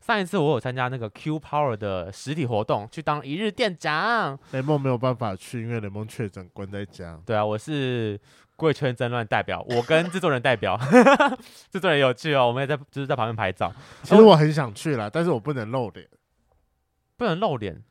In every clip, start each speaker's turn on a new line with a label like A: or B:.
A: 上一次我有参加那个 Q Power 的实体活动，去当一日店长。
B: 雷蒙没有办法去，因为雷蒙确诊关在家。
A: 对啊，我是贵圈争乱代表，我跟制作人代表， 制作人有趣哦，我们也在就是在旁边拍照，
B: 其实我很想去啦，但是我不能露脸，
A: 不能露脸。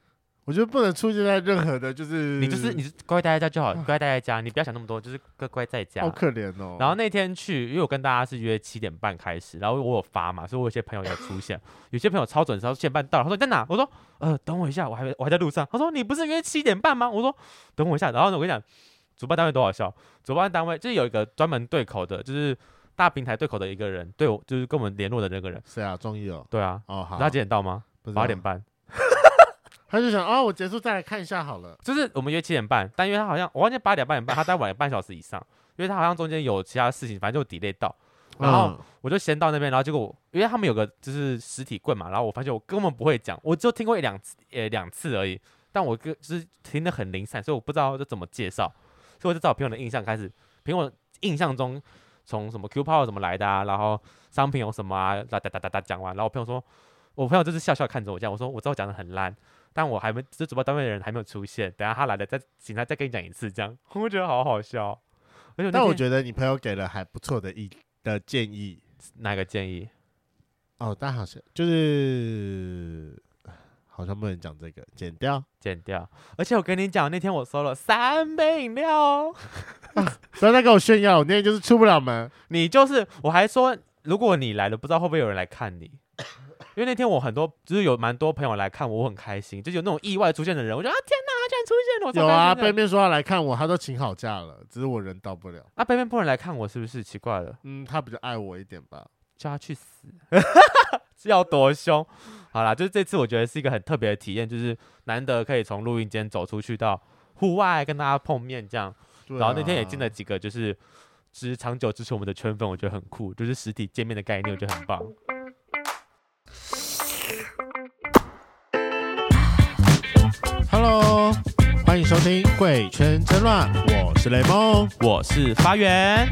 B: 我觉得不能出现在任何的，就是
A: 你就是你就乖乖待在家就好，乖乖待在家，你不要想那么多，就是乖乖在家
B: 好。可怜哦。
A: 然后那天去，因为我跟大家是约七点半开始，然后我有发嘛，所以我有些朋友有出 现，有些朋友超准时，他说七点半到了，他说你在哪？我说呃，等我一下，我还我还在路上。他说你不是约七点半吗？我说等我一下。然后呢，我跟你讲，主办单位多好笑，主办单位就是有一个专门对口的，就是大平台对口的一个人，对我就是跟我们联络的那个人。
B: 谁啊？综艺哦，
A: 对啊，
B: 哦好
A: 你知道，他几点到吗？
B: 不知道
A: 八点，半，
B: 他就想啊，我结束再来看一下好了。
A: 就是我们约七点半，但因为他好像我忘记八点半点半，他待晚了半小时以上，因为他好像中间有其他事情，反正就 delay 到。然
B: 嗯
A: 后我就先到那边，然后结果我因为他们有个就是实体棍嘛，然后我发现我根本不会讲，我就听过一两次，呃两次而已，但我跟就是听得很零散，所以我不知道这怎么介绍，所以我就找朋友的印象开始，凭我印象中从什么 Q Power 怎么来的啊，然后商品有什么啊，哒哒哒哒哒讲完，然后我朋友说，我朋友就是笑笑看着我这样，我说我知道我讲的很烂。但我还没，这主办单位的人还没有出现，等下他来了再请他再跟你讲一次，这样 我觉得好好笑哦。而且
B: 但我
A: 得
B: 觉得你朋友给了还不错的意的建议
A: 哪个建议？
B: 哦，但好像就是好像不能讲这个，剪掉。
A: 剪掉。而且我跟你讲，那天我收了三杯饮料哦，
B: 不要再跟我炫耀，我那天就是出不了门。
A: 你就是我还说，如果你来了，不知道会不会有人来看你。因为那天我很多，就是有蛮多朋友来看我，我很开心，就是有那种意外出现的人，我觉得啊天哪，他居然出现了，我
B: 有
A: 超
B: 啊，
A: 开
B: 背
A: 心的。
B: 面说要来看我，他都请好假了，只是我人到不了。
A: 啊，背面不能来看我，是不是奇怪了？
B: 嗯，他比较爱我一点吧。
A: 叫他去死， 是要多凶？好啦，就是这次我觉得是一个很特别的体验，就是难得可以从录音间走出去到户外跟大家碰面这样。
B: 对
A: 然后那天也
B: 啊
A: 进了几个就是支长久支持我们的圈粉，我觉得很酷，就是实体见面的概念，我觉得很棒。
B: Hello，欢迎收听《贵圈争乱》，我是雷梦。
A: 我是发源，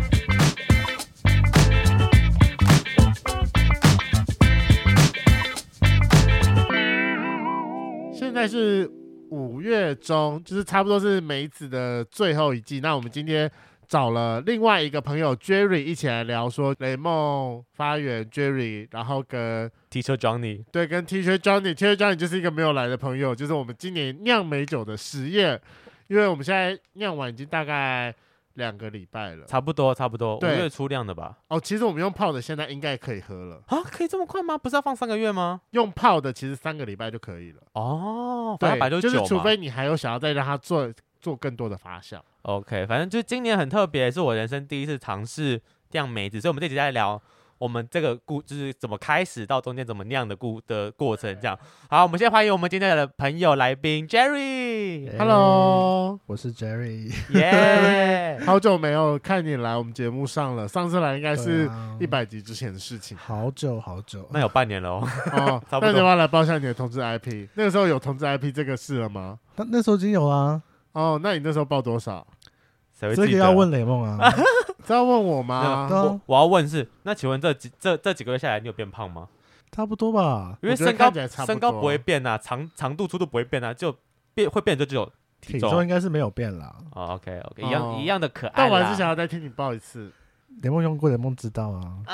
B: 现在是五月中，就是差不多是梅子的最后一季。那我们今天找了另外一个朋友 Jerry 一起来聊说雷梦发源 Jerry，然后跟
A: 提车 Johnny，
B: 对跟 T 恤 Johnny，T 恤 Johnny 就是一个没有来的朋友，就是我们今年酿美酒的实验，因为我们现在酿完已经大概两个礼拜了。
A: 差不多差不多，五
B: 对
A: 月初酿的吧？
B: 哦，其实我们用泡的现在应该可以喝了，
A: 啊，可以这么快吗？不是要放三个月吗？
B: 用泡的其实三个礼拜就可以了。
A: 哦，反正本
B: 对
A: 来，
B: 就是
A: 酒
B: 是
A: 嘛。
B: 除非你还有想要再让它做做更多的发酵。
A: OK，反正就今年很特别，是我人生第一次尝试酿梅子，所以我们这集在聊我们这个故，就是怎么开始到中间怎么酿的故的过程，这样。好，我们先欢迎我们今天的朋友来宾 Jerry，
C: 哎
B: Hello，
C: 我是 Jerry，
A: 耶、
B: 好久没有看你来我们节目上了，上次来应该
C: 对
B: 是
C: 啊
B: 一百集之前的事 情
C: 好久好久，
A: 那有半年了哦。
B: 哦。
A: 差不多
B: 那你要不要来报一下你的同志 IP？那个时候有同志 IP 这个事了吗？
C: 那那时候已经有啦、
B: 哦，那你那时候报多少？
A: 谁会
C: 这个
A: 记得
C: 要问雷梦啊，
B: 是要问我
A: 那
B: 吗？
C: 对啊
A: 我我要问是，那请问这几这这几个月下来，你有变胖吗？
C: 差不多吧，
A: 因为
B: 我觉得
A: 身高
B: 看起来差不多
A: 身高不会变啊，长长度粗度不会变啊，就变会变就只有体
C: 体
A: 重。啊
C: 重应该是没有变啦。
A: 哦，OK OK，一样、
B: 哦
A: 一样的可爱
B: 但
A: 啦。
B: 我还是想要再听你报一次
C: 雷梦用过，雷梦知道啊。
B: 哦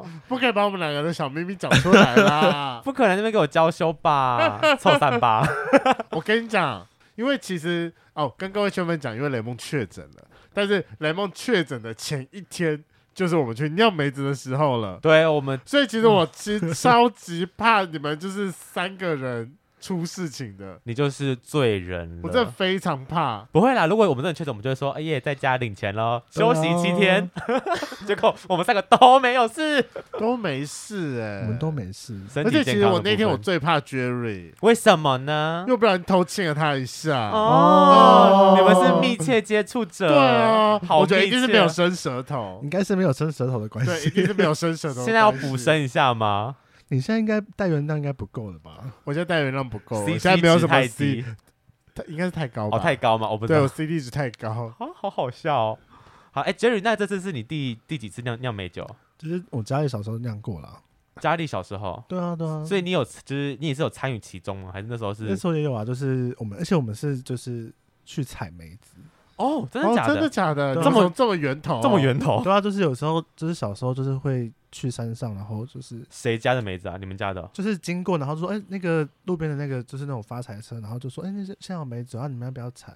A: 哦，，
B: 不可以把我们两个的小秘密讲出
A: ！
B: 来啦
A: 不可能那边给我娇羞 吧，臭三八。
B: 我跟你讲，因为其实哦，跟各位圈粉讲，因为雷梦确诊了，但是雷梦确诊的前一天就是我们去酿梅子的时候了。
A: 对我们
B: 所以其实我其实超级怕你们就是三个人出事情的，
A: 你就是罪人
B: 我真的
A: 了。
B: 非常怕。
A: 不会啦，如果我们真的确诊，我们就会说，哎耶，在家领钱
B: 哦
A: 喽，
C: 对啊
A: 休息七天。 结果我们三个都没有事，
B: 都没事哎、
C: 啊我们都没事，
A: 身
B: 而
A: 体
B: 且其
A: 健
B: 实
A: 康的
B: 我那天
A: 部
B: 我
A: 分
B: 最怕 Jerry，
A: 为什么呢？
B: 又不然偷亲了他一下。
A: 哦
C: 哦，
A: 你们是密切接触者，
B: 对啊，
A: 好
B: 我觉得
A: 密
B: 一定是
A: 切
B: 没有伸舌头
C: 应，该是没有伸舌头的 关
B: 对，一
C: 系。
B: 定是没有伸舌头。
A: 现在要补，升一下吗
C: 你现在应该带原量应该不够了吧？
B: 我现在带原量不够，我
A: c
B: 哦现在没有什么
A: 太
B: C，
A: 低，
B: 它应该是太高吧？
A: 哦，太高吗？我不知
B: 对
A: 道
B: 我，CD 值太高。
A: 好好好笑哦。好，哎，Jerry，那这次是你第第几次酿酿美酒？
C: 就是我家里小时候酿过啦，
A: 佳丽小时候，
C: 对啊，对啊。
A: 所以你有就是你也是有参与其中吗？还是那时候
C: 那
A: 是
C: 时候也有啊，就是我们，而且我们是就是去采梅子，
A: 哦，真的
B: 哦，
A: 假
B: 真的哦假的？
C: 对啊
B: 这么这么源头，
A: 这么源头？
C: 对啊，就是有时候就是小时候就是会去山上，然后就是
A: 谁家的梅子啊？你们家的？
C: 就是经过，然后说，哎、那个路边的那个就是那种发财车，然后就说，哎、那些现在有梅子，啊，你们要不要采？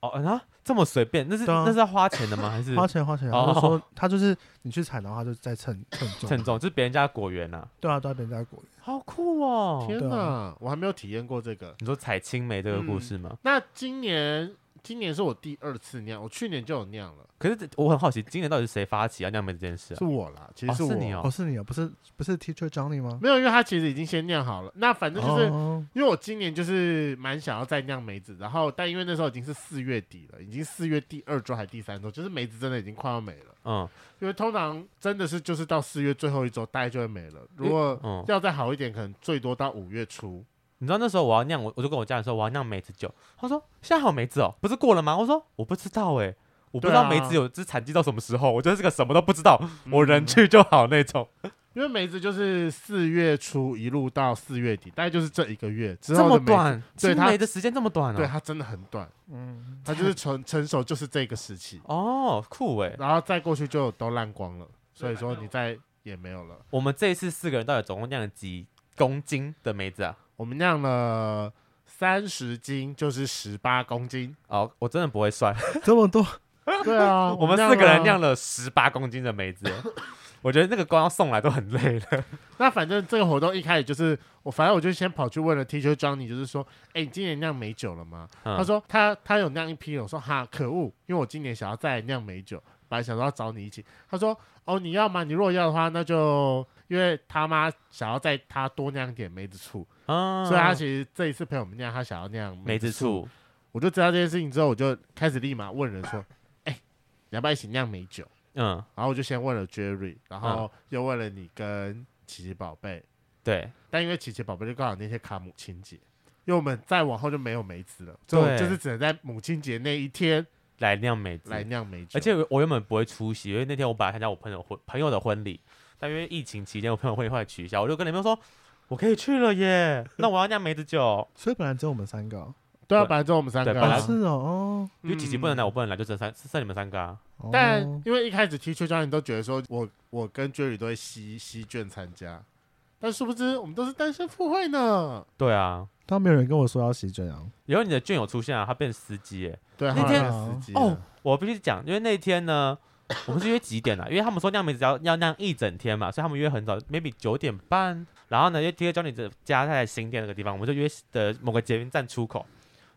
A: 哦啊，这么随便？那是
C: 对啊
A: 那是要花钱的吗？还是哦
C: 花钱花钱，然后就说他就是你去采，然后他就再称称重，
A: 称重？就是别人家的果园呐，
C: 对啊，对啊，别人家果园
A: 好酷哦！
B: 天
C: 对啊
B: 哪，我还没有体验过这个。
A: 你说采青梅这个故事吗？
B: 那今年今年是我第二次酿，我去年就有酿了，
A: 可是这我很好奇，今年到底是谁发起要酿梅这件事啊
B: 是？我啦，其实
A: 哦
B: 我。
A: 是你哦
C: 哦，是你啊，不是不是 Teacher Johnny 吗？
B: 没有，因为它其实已经先酿好了。那反正就是、
C: 哦
B: 因为我今年就是蛮想要再酿梅子，然后但因为那时候已经是四月底了，已经四月第二周还第三周，就是梅子真的已经快要没了。
A: 嗯
B: 因为通常真的是就是到四月最后一周大概就会没了，如果
A: 嗯，
B: 要再好一点，可能最多到五月初。
A: 你知道那时候我要酿，我我就跟我家人说我要酿梅子酒，他说现在还有梅子哦，不是过了吗？我说我不知道哎、我不知
B: 对啊
A: 道梅子有这产季到什么时候，我就是个什么都不知道，我人
B: 嗯
A: 去就好那种。
B: 因为梅子就是四月初一路到四月底，大概就是这一个月之
A: 这
B: 后
A: 么
B: 的梅子，
A: 短，啊
B: 对
A: 青
B: 它
A: 梅的时间这么短
B: 对
A: 啊？
B: 它真的很短，
C: 嗯，
B: 它就是成成熟就是这个时期，
A: 哦，酷哎！
B: 然后再过去就都烂光了，所以说你再也没有了。
A: 我们这一次四个人到底总共酿了几公斤的梅子啊？
B: 我们酿了三十斤，就是十八 公斤。
A: 哦，我真的不会算，
C: 这么多，
B: 对啊，
A: 我们四个人酿
B: 了。
A: 了十八公斤的梅子欸，我觉得那个光要送来都很累了。
B: 那反正这个活动一开始就是我，反正我就先跑去问了 Teacher Johnny，就是说，哎、你今年酿美酒了吗？
A: 嗯
B: 他说他他有酿一批了。我说哈，可恶，因为我今年想要再酿美酒，本来想说要找你一起。他说哦，你要吗？你如果要的话，那就因为他妈想要在他多酿一点梅子醋，
A: 啊
B: 所以他其实这一次陪我们酿，他想要酿
A: 梅子
B: 醋。
A: 醋，
B: 我就知道这件事情之后，我就开始立马问人说：“哎、你要不要一起酿美酒
A: 嗯，？”
B: 然后我就先问了 Jerry，然后又问了你跟琪琪宝贝，
A: 对，
B: 但因为琪琪宝贝就刚好那天卡母亲节，因为我们再往后就没有梅子了，所以我
A: 对
B: 就是只能在母亲节那一天
A: 来酿梅子，
B: 来酿梅酒。
A: 而且我原本不会出席，因为那天我本来参加我朋友婚朋友的婚礼，但因为疫情期间我朋友婚礼后来取消，我就跟你们说我可以去了耶，那我要酿梅子酒，
C: 所以本来只有我们三个哦，
B: 对啊，本来就我们三个
A: 对
B: 啊、
A: 本来
C: 哦是哦哦，
A: 因
B: 嗯
A: 为琪琪不能来，我不能来，就剩三剩你们三个啊。
C: 哦
B: 但因为一开始 T 恤教练都觉得说我我跟 Jerry 都会吸吸卷参加，但殊不知我们都是单身赴会呢。
A: 对啊，
C: 但没有人跟我说要席卷啊，
A: 然后你的券有出现啊，他变司机耶。
B: 对，啊
A: 那
B: 后来
A: 天
B: 变司机
A: 哦
B: 了，
A: 我必须讲，因为那天呢，我们是约几点啊？因为他们说酿梅子要要酿一整天嘛，所以他们约很早，maybe 九点半。然后呢，就贴教你的家在新店那个地方，我们就约的某个捷运站出口。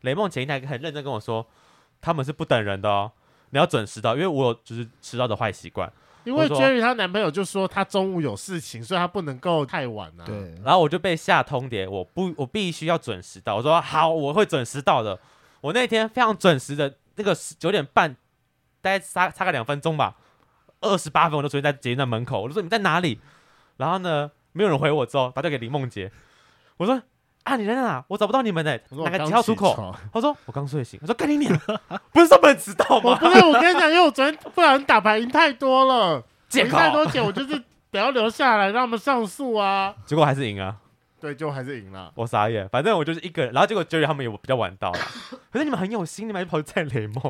A: 雷梦前一天还很认真跟我说，他们是不等人的哦，你要准时到，因为我有就是迟到的坏习惯。
B: 因
A: 我
B: 为
A: 说
B: Jerry 她男朋友就说她中午有事情，所以她不能够太晚
A: 嗯
B: 啊。，
C: 对，
A: 然后我就被下通牒，我不，我必须要准时到。我说好，我会准时到的。我那天非常准时的，那个九点半，大概差差个两分钟吧，二十八分我就出现在捷运站门口。我就说你在哪里？然后呢，没有人回我之后，打电话给林梦杰，我说啊，你人在哪？我找不到你们呢、
B: 我说
A: 哪
B: 我
A: 个
B: 刚
A: 几号出
B: 起
A: 口？
B: 床？
A: 他说我刚睡醒。我说干你娘， 不是说不能迟到
B: 我
A: 吗？
B: 不是，我跟你讲，因为我昨天不然打牌赢太多了，
A: 借
B: 赢
A: 口。
B: 太多钱，我就是得要留下来让他们上诉啊。
A: 结果还是赢啊。
B: 对，就还是赢了。
A: 我傻眼，反正我就是一个人，然后结果 Jerry 他们也比较晚到了，可是你们很有心，你们还跑去载雷梦，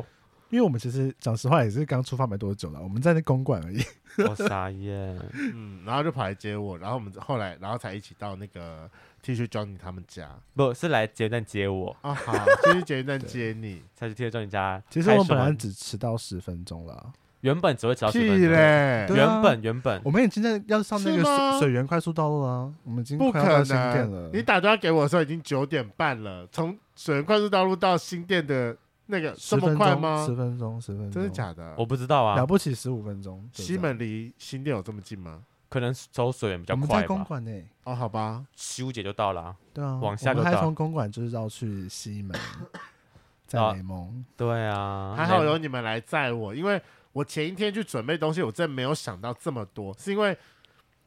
C: 因为我们其实讲实话也是刚出发没多久了，我们在那公馆而已，
A: 我傻眼。
B: 嗯，然后就跑来接我，然后我们后来，然后才一起到那个 T 恤 Johnny 他们家
A: 不是来捷运站接我，
B: 啊。好，就是捷运站接你。
A: 才去贴着你家。
C: 其实我们
A: 开始
C: 本
A: 玩
C: 来只迟到十分钟了，
A: 原本只会迟到十分
B: 屁
A: 钟，
B: 嘞！
C: 对啊
A: 原本原本
C: 我们已经在要上那
B: 是
C: 个
B: 吗
C: 水水源快速道路了，我们已经
B: 不
C: 快
B: 可
C: 要到新店
B: 能
C: 了！，
B: 你打电话给我的时候已经九点半了，从水源快速道路到新店的那个
C: 十
B: 这么
C: 分
B: 快
C: 钟，
B: 吗
C: 十？分钟，十分钟，
B: 真的假的？
A: 我不知道
C: 了
A: 啊，
C: 不起十五分钟，对不
B: 西
C: 对
B: 门离新店有这么近吗？
A: 可能走水源比较
C: 我们
A: 快
C: 在公
A: 吧，
C: 馆呢，
B: 哦，好吧，
A: 修姐就到了啊。
C: 对啊，
A: 往下
C: 我们
A: 就
C: 还
A: 到
C: 从公馆就是绕去西 门，
A: 啊
C: 在雷蒙，
A: 对啊，
B: 还好
A: 雷
B: 有你们来载我，因为我前一天去准备东西，我真没有想到这么多，是因为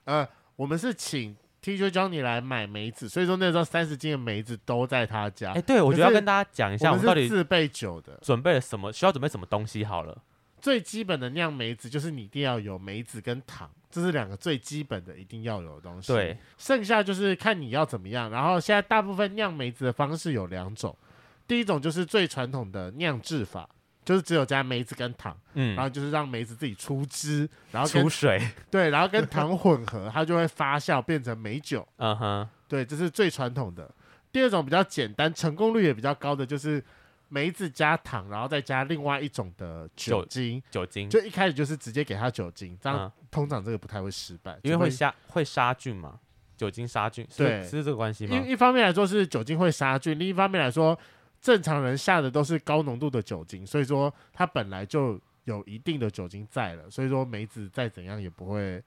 B: 呃，我们是请 TJ Johnny 来买梅子，所以说那时候三十斤的梅子都在他家
A: 哎，，对我觉得
B: 可
A: 要
B: 是
A: 跟大家讲一下，
B: 我
A: 我们到
B: 们是
A: 底
B: 自备酒的，
A: 准备了什么，需要准备什么东西好了。
B: 最基本的酿梅子就是你一定要有梅子跟糖，这是两个最基本的一定要有的东西。
A: 对，
B: 剩下就是看你要怎么样。然后现在大部分酿梅子的方式有两种，第一种就是最传统的酿制法，就是只有加梅子跟糖，然
A: 嗯，
B: 后就是让梅子自己出汁，然后跟
A: 出水，
B: 对，然后跟糖混合， 它就会发酵变成美酒。
A: 嗯哼，
B: 对，这是最传统的。第二种比较简单，成功率也比较高的就是梅子加糖，然后再加另外一种的酒
A: 酒
B: 精，
A: 酒精，
B: 就一开始就是直接给它酒精，这样、
A: 嗯，
B: 通常这个不太会失败，
A: 因为会
B: 除
A: 杀会杀菌嘛，酒精杀菌，是
B: 对
A: 是这个关系
B: 非。
A: 吗？
B: 因为一方面来说是酒精会杀菌，另一方面来说，正常人下的都是高浓度的酒精，所以说它本来就有一定的酒精在了，所以说梅子再怎样也不会。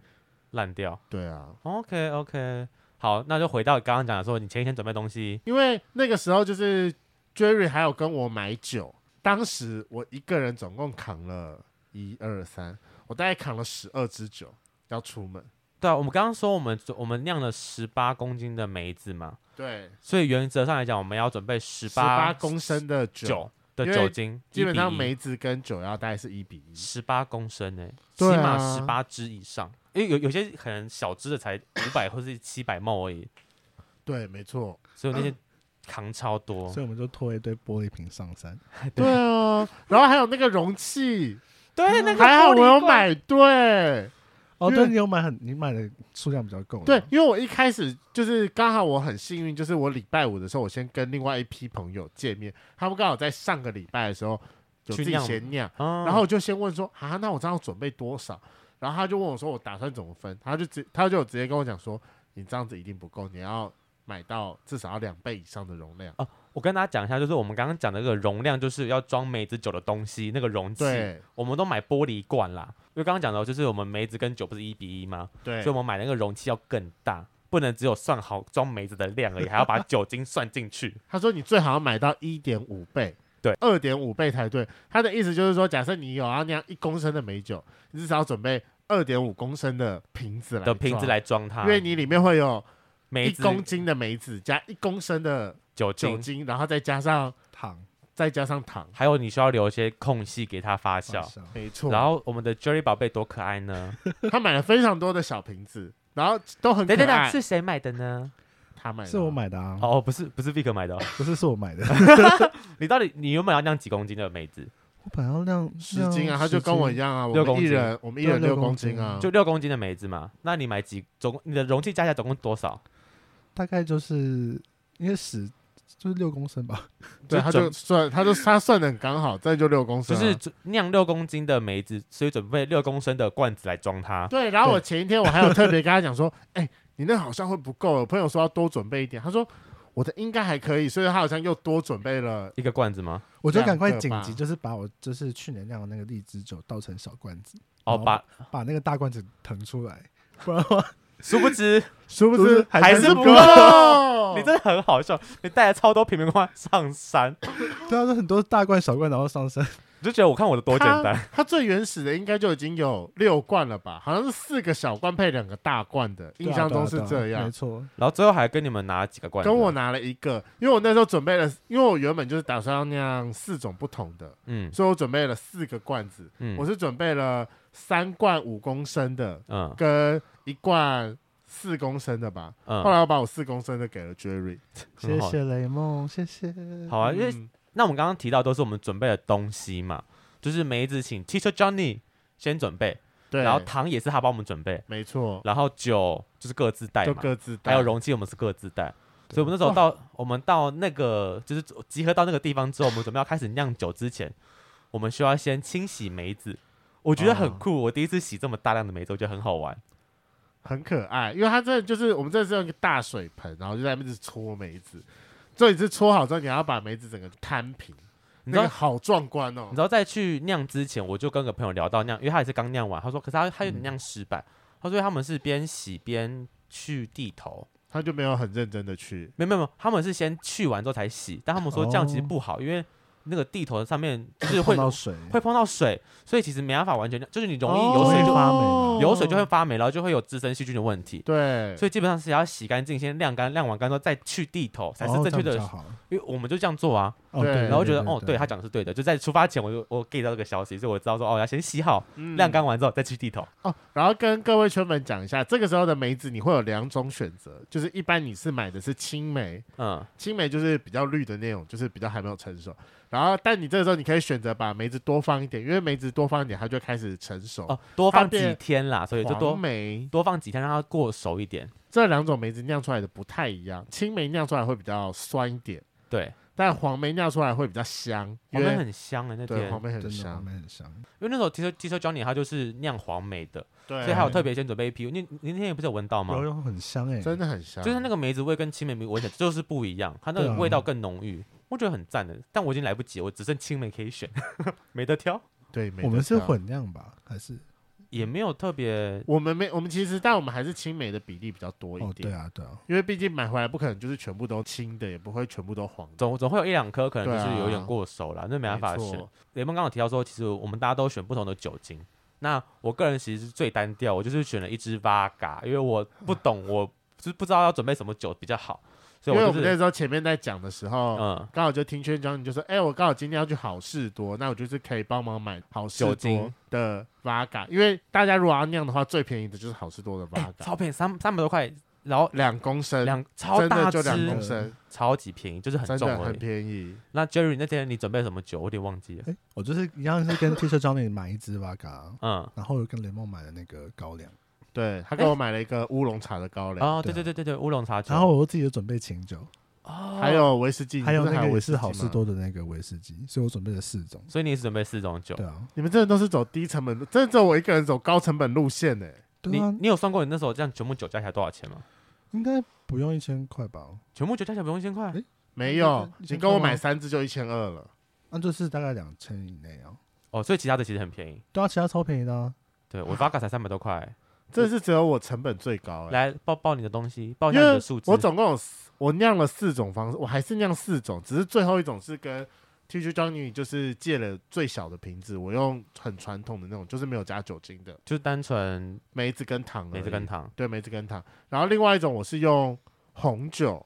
A: 烂掉。
B: 对啊，
A: OK OK，好，那就回到刚刚讲的说，你前一天准备东西，
B: 因为那个时候就是 Jerry 还有跟我买酒，当时我一个人总共扛了一二三，我大概扛了十二支酒要出门。
A: 对啊，我们刚刚说我们我们酿了十八公斤的梅子嘛，
B: 对，
A: 所以原则上来讲，我们要准备十
B: 十八
A: 八
B: 公升的酒，
A: 酒的
B: 因为
A: 酒精，
B: 基本上梅子跟酒要大概是一比一。
A: 十八公升诶、起
B: 对
A: 码
B: 啊
A: 十八支以上，因为有有些可能小支的才五百或是七百毛而已，
B: 对，没错。
A: 所以我那些扛超多
C: 所。
B: 嗯
C: 以我们就拖一堆玻璃瓶上山。
A: 哎
B: 对啊，然后还有那个容器，
A: 对，那个
B: 嗯还好
A: 玻
B: 我
A: 璃
B: 有
A: 罐，
B: 买对。
A: 嗯
C: 哦，
B: 因为
C: 对，你有买很，你买的数量比较够。
B: 对，，因为我一开始就是刚好我很幸运，就是我礼拜五的时候，我先跟另外一批朋友见面，他们刚好在上个礼拜的时候有
A: 去
B: 自己
A: 酿
B: 先酿，
A: 嗯
B: 然后我就先问说啊，那我这样准备多少？然后他就问我说我打算怎么分，他就直他就有直接跟我讲说你这样子一定不够，你要买到至少要两倍以上的容量。
A: 我跟大家讲一下，就是我们刚刚讲的那个容量，就是要装梅子酒的东西，那个容器，
B: 对
A: 我们都买玻璃罐啦。因为刚刚讲到，就是我们梅子跟酒不是一比一吗？
B: 对
A: 所以我们买那个容器要更大，不能只有算好装梅子的量而已，还要把酒精算进 去。
B: 他说你最好要买到一点五倍，
A: 对，
B: 二点五倍才对。他的意思就是说，假设你有要酿一公升的美酒，你至少要准备二点五公升的瓶子来
A: 的瓶子
B: 装，
A: 来装它，
B: 因为你里面会有
A: 梅
B: 一
A: 子
B: 公斤的梅子加一公升的
A: 酒
B: 酒
A: 精，
B: 精，然后再加上
C: 糖
B: 再加上糖，
A: 还有你需要留一些空隙给它发
C: 发
A: 酵。
C: 酵
B: 没错。
A: 然后我们的 Jerry 宝贝多可爱呢！
B: 他买了非常多的小瓶子，然后都很可
A: 等等等，
B: 爱。
A: 是谁买的呢？
B: 他买的，
C: 是我，买的啊，
A: 哦，不是，不是 Vic 买 的哦、
C: 不是是我买的。
A: 你到底你原本要酿几公斤的梅子？
C: 我本来要酿
B: 十斤啊，他就跟我一，样啊，
A: 六
B: 我
A: 公
B: 们一
A: 斤
B: 人我们一人六
C: 对六公
B: 公斤啊，
A: 就六公斤的梅子嘛，那你买几总共你的容器加起来总共多少？
C: 酿大概就是应该十，就是六公升吧。
B: 对，
A: 就
B: 他就
A: 准
B: 算他就他算的很刚好，这就六公
A: 就
B: 升啊，
A: 是准酿六公斤的梅子，所以准备六公升的罐子来装它。
B: 对，然后
C: 对
B: 我前一天我还有特别跟他讲说，哎、你那好像会不够，我哦朋友说要多准备一点。他说我的应该还可以，所以他好像又多准备 了。
A: 一个罐子吗？
C: 我就赶快
B: 两
C: 紧
B: 个吧
C: 急，就是把我就是去年酿的那个荔枝酒倒成小罐子，
A: 哦，
C: 好
A: 把
C: 把那个大罐子腾出来，不然的话
A: 殊不知
B: 殊不
C: 不
B: 知
C: 是
A: 还
C: 是
A: 是不够。
C: 够。
A: 哦你
B: 这
A: 真的很好笑，你带了超多瓶瓶罐上山，
C: 对啊，这很多大罐小罐，然后上升。
A: 你就觉得我看我的多简单。
B: 他他最原始的应该就已经有六罐了吧？好像是四个小罐配两个大罐的，印象中是
C: 对啊对啊
B: 这
C: 对啊
B: 样
C: 没。错。
A: 然后最后还跟你们拿几个罐子，
B: 跟我拿了一个，因为我那时候准备了，因为我原本就是打算要酿四种不同的，
A: 嗯
B: 所以我准备了四个罐子。
A: 嗯，
B: 我是准备了三罐五公升的，
A: 嗯
B: 跟一罐四公升的吧。后
A: 嗯，
B: 来我把我四公升的给了 Jerry。
A: 很
C: 谢
A: 好
C: 谢雷梦，谢谢。
A: 好啊，因为
B: 嗯
A: 那我们刚刚提到都是我们准备的东西嘛，就是梅子请 Teacher Johnny 先准备，
B: 对，
A: 然后糖也是他帮我们准备，
B: 没错，
A: 然后酒就是各自带
B: 就
A: 嘛，
B: 各自带
A: 还有容器我们是各自带。所以我们那时候到我们到那个就是集合到那个地方之后，我们准备要开始酿酒之前，我们需要先清洗梅子。我觉得很
B: 哦
A: 酷，我第一次洗这么大量的梅子，我觉得很好玩。
B: 很可爱，因为它真的就是我们这是用一个大水盆，然后就在那边一直搓梅子。这一次搓好之后，你还要把梅子整个摊平，
A: 你
B: 那
A: 知道，
B: 个好壮观哦
A: 你。知道在去酿之前，我就跟个朋友聊到酿，因为他也是刚酿完，他说，可是他他
B: 嗯
A: 有点酿失败，他说他们是边洗边去地头，
B: 他就没有很认真的去，哦
A: 没有没有，没有他们是先去完之后才洗，但他们说这样其实不好，因为那个地头上面 就是会
C: 碰到水，
A: 会碰到水，所以其实没办法完全，就是你容易有水就、
C: 哦发霉了
A: 有水
B: 哦
A: 就会发霉，然后就会有滋生细菌的问题。
B: 对，
A: 所以基本上是要洗干净，先晾干，晾完干之后再去地头才是
C: 哦
A: 正
C: 这
A: 确
C: 样
A: 的
C: 比较，好
A: 因为我们就这样做啊。
C: 哦
B: 对
C: 对，
A: 然后觉得哦，对他讲的是对的，就在出发前我就我 get 到这个消息，所以我知道说哦要先洗好，
B: 以
A: 晾干完之后再去地头。
B: 哦，然后跟各位圈粉讲一下，这个时候的梅子你会有两种选择，就是一般你是买的是青梅，
A: 嗯，
B: 青梅就是比较绿的那种，就是比较还没有成熟。然后，但你这个时候你可以选择把梅子多放一点，因为梅子多放一点，它就会开始成熟。
A: 哦，多放
B: 它变
A: 几天啦，所以就多
B: 黄梅
A: 多放几天让它过熟一点。
B: 这两种梅子酿出来的不太一样，青梅酿出来会比较酸一点，
A: 对，但
B: 但黄梅酿出来会比较香，因
A: 黄梅
B: 为
A: 很香欸的那天，
B: 对黄
A: 因
B: 梅很
C: 真的
B: 香
C: 黄，梅很香，
A: 为那时候提车提车教你，它就是酿黄梅的，
B: 对，
A: 所以还有特别先准备一批。你你那天也不是有闻到吗
C: 有？用很香哎，
B: 真的很香，
A: 就是那个梅子味跟青梅味闻起来就是不一样，它那个
C: 对啊
A: 味道更浓郁，我觉得很赞的。但我已经来不及了，我只剩青梅可以选， 没得挑，
B: 对，梅
C: 我
B: 的
C: 们是
B: 香
C: 混酿吧，还是
B: 嗯
A: 也没有特别
B: 我们没，我们其实，但我们还是青梅的比例比较多一
C: 哦，对
B: 点，
C: 啊，对啊，
B: 因为毕竟买回来不可能就是全部都青的，也不会全部都黄的，
A: 总总会有一两颗可能就
B: 对啊
A: 是有点过熟了，那没办法
B: 错
A: 选。雷蒙刚刚有提到说，其实我们大家都选不同的酒精。那我个人其实是最单调，我就是选了一支 v a g a 因为我不懂，我就是不知道要准备什么酒比较好，所以
B: 因为
A: 我
B: 我
A: 就
B: 们
A: 是
B: 那时候前面在讲的时候，
A: 嗯
B: 刚好就听圈长你就说，哎、我刚好今天要去好事多，那我就是可以帮忙买好事
A: 酒
B: 多
A: 精
B: 的 Vaga，因为大家如果要酿的话，最便宜的就是好事多的
A: 哎
B: Vaga，
A: 超便宜，三三百多块，然后
B: 两、公升，
A: 两超
B: 真的
A: 大
B: 就两
A: 支
B: 公，升，
A: 超级便宜，就是很
B: 真
A: 重
B: 的
A: 而
B: 很
A: 已。
B: 便宜。
A: 那 Jerry 那天你准备什么酒？我有点忘记了。
C: 哎，我就是一样是跟 T 恤教你买一支 v 嘎，
A: 嗯，
C: 然后又跟雷梦买的那个高 粱，
B: 对
A: 哎
B: 他给我买了一个乌龙茶的高粱，
A: 哦，对对
C: 对
A: 对对对，乌龙茶酒，
C: 然后我自己有准备清酒，
A: 哦
B: 还，有威士忌，
C: 还有
B: 你不是
C: 那个
B: 威
C: 也
B: 士忌
C: 是
B: 吗
C: 好事。多的那个威士忌，所以我准备了四种。
A: 所以你也是准备四种酒
C: 对。啊，
B: 你们真的都是走低成本路，真的只有我一个人走高成本路线欸呢、
C: 对
A: 你
C: 啊，
A: 你有算过你那时候这样全部酒加起来多少钱吗？
C: 应该不用一千块吧？
A: 全部酒加起来不用一千块
C: 哎，
B: 没有
C: 嗯，
B: 你跟我买三支就一千二了。
C: 那啊就是大概两千以内啊。
A: 哦，所以其他的其实很便宜。
C: 对啊，其他超便宜的啊。
A: 对我 v 卡才三百多块，
B: 这是只有我成本最高、欸，
A: 来报报你的东西，报一
B: 因
A: 下你
B: 为
A: 的数字。
B: 我总共有四我酿了四种方式，我还是酿四种，只是最后一种是跟 T J Johnny 就是借了最小的瓶子，我用很传统的那种，就是没有加酒精的
A: 就是单纯
B: 梅子跟糖而已，
A: 梅子跟糖，
B: 对梅子跟糖。然后另外一种我是用红酒，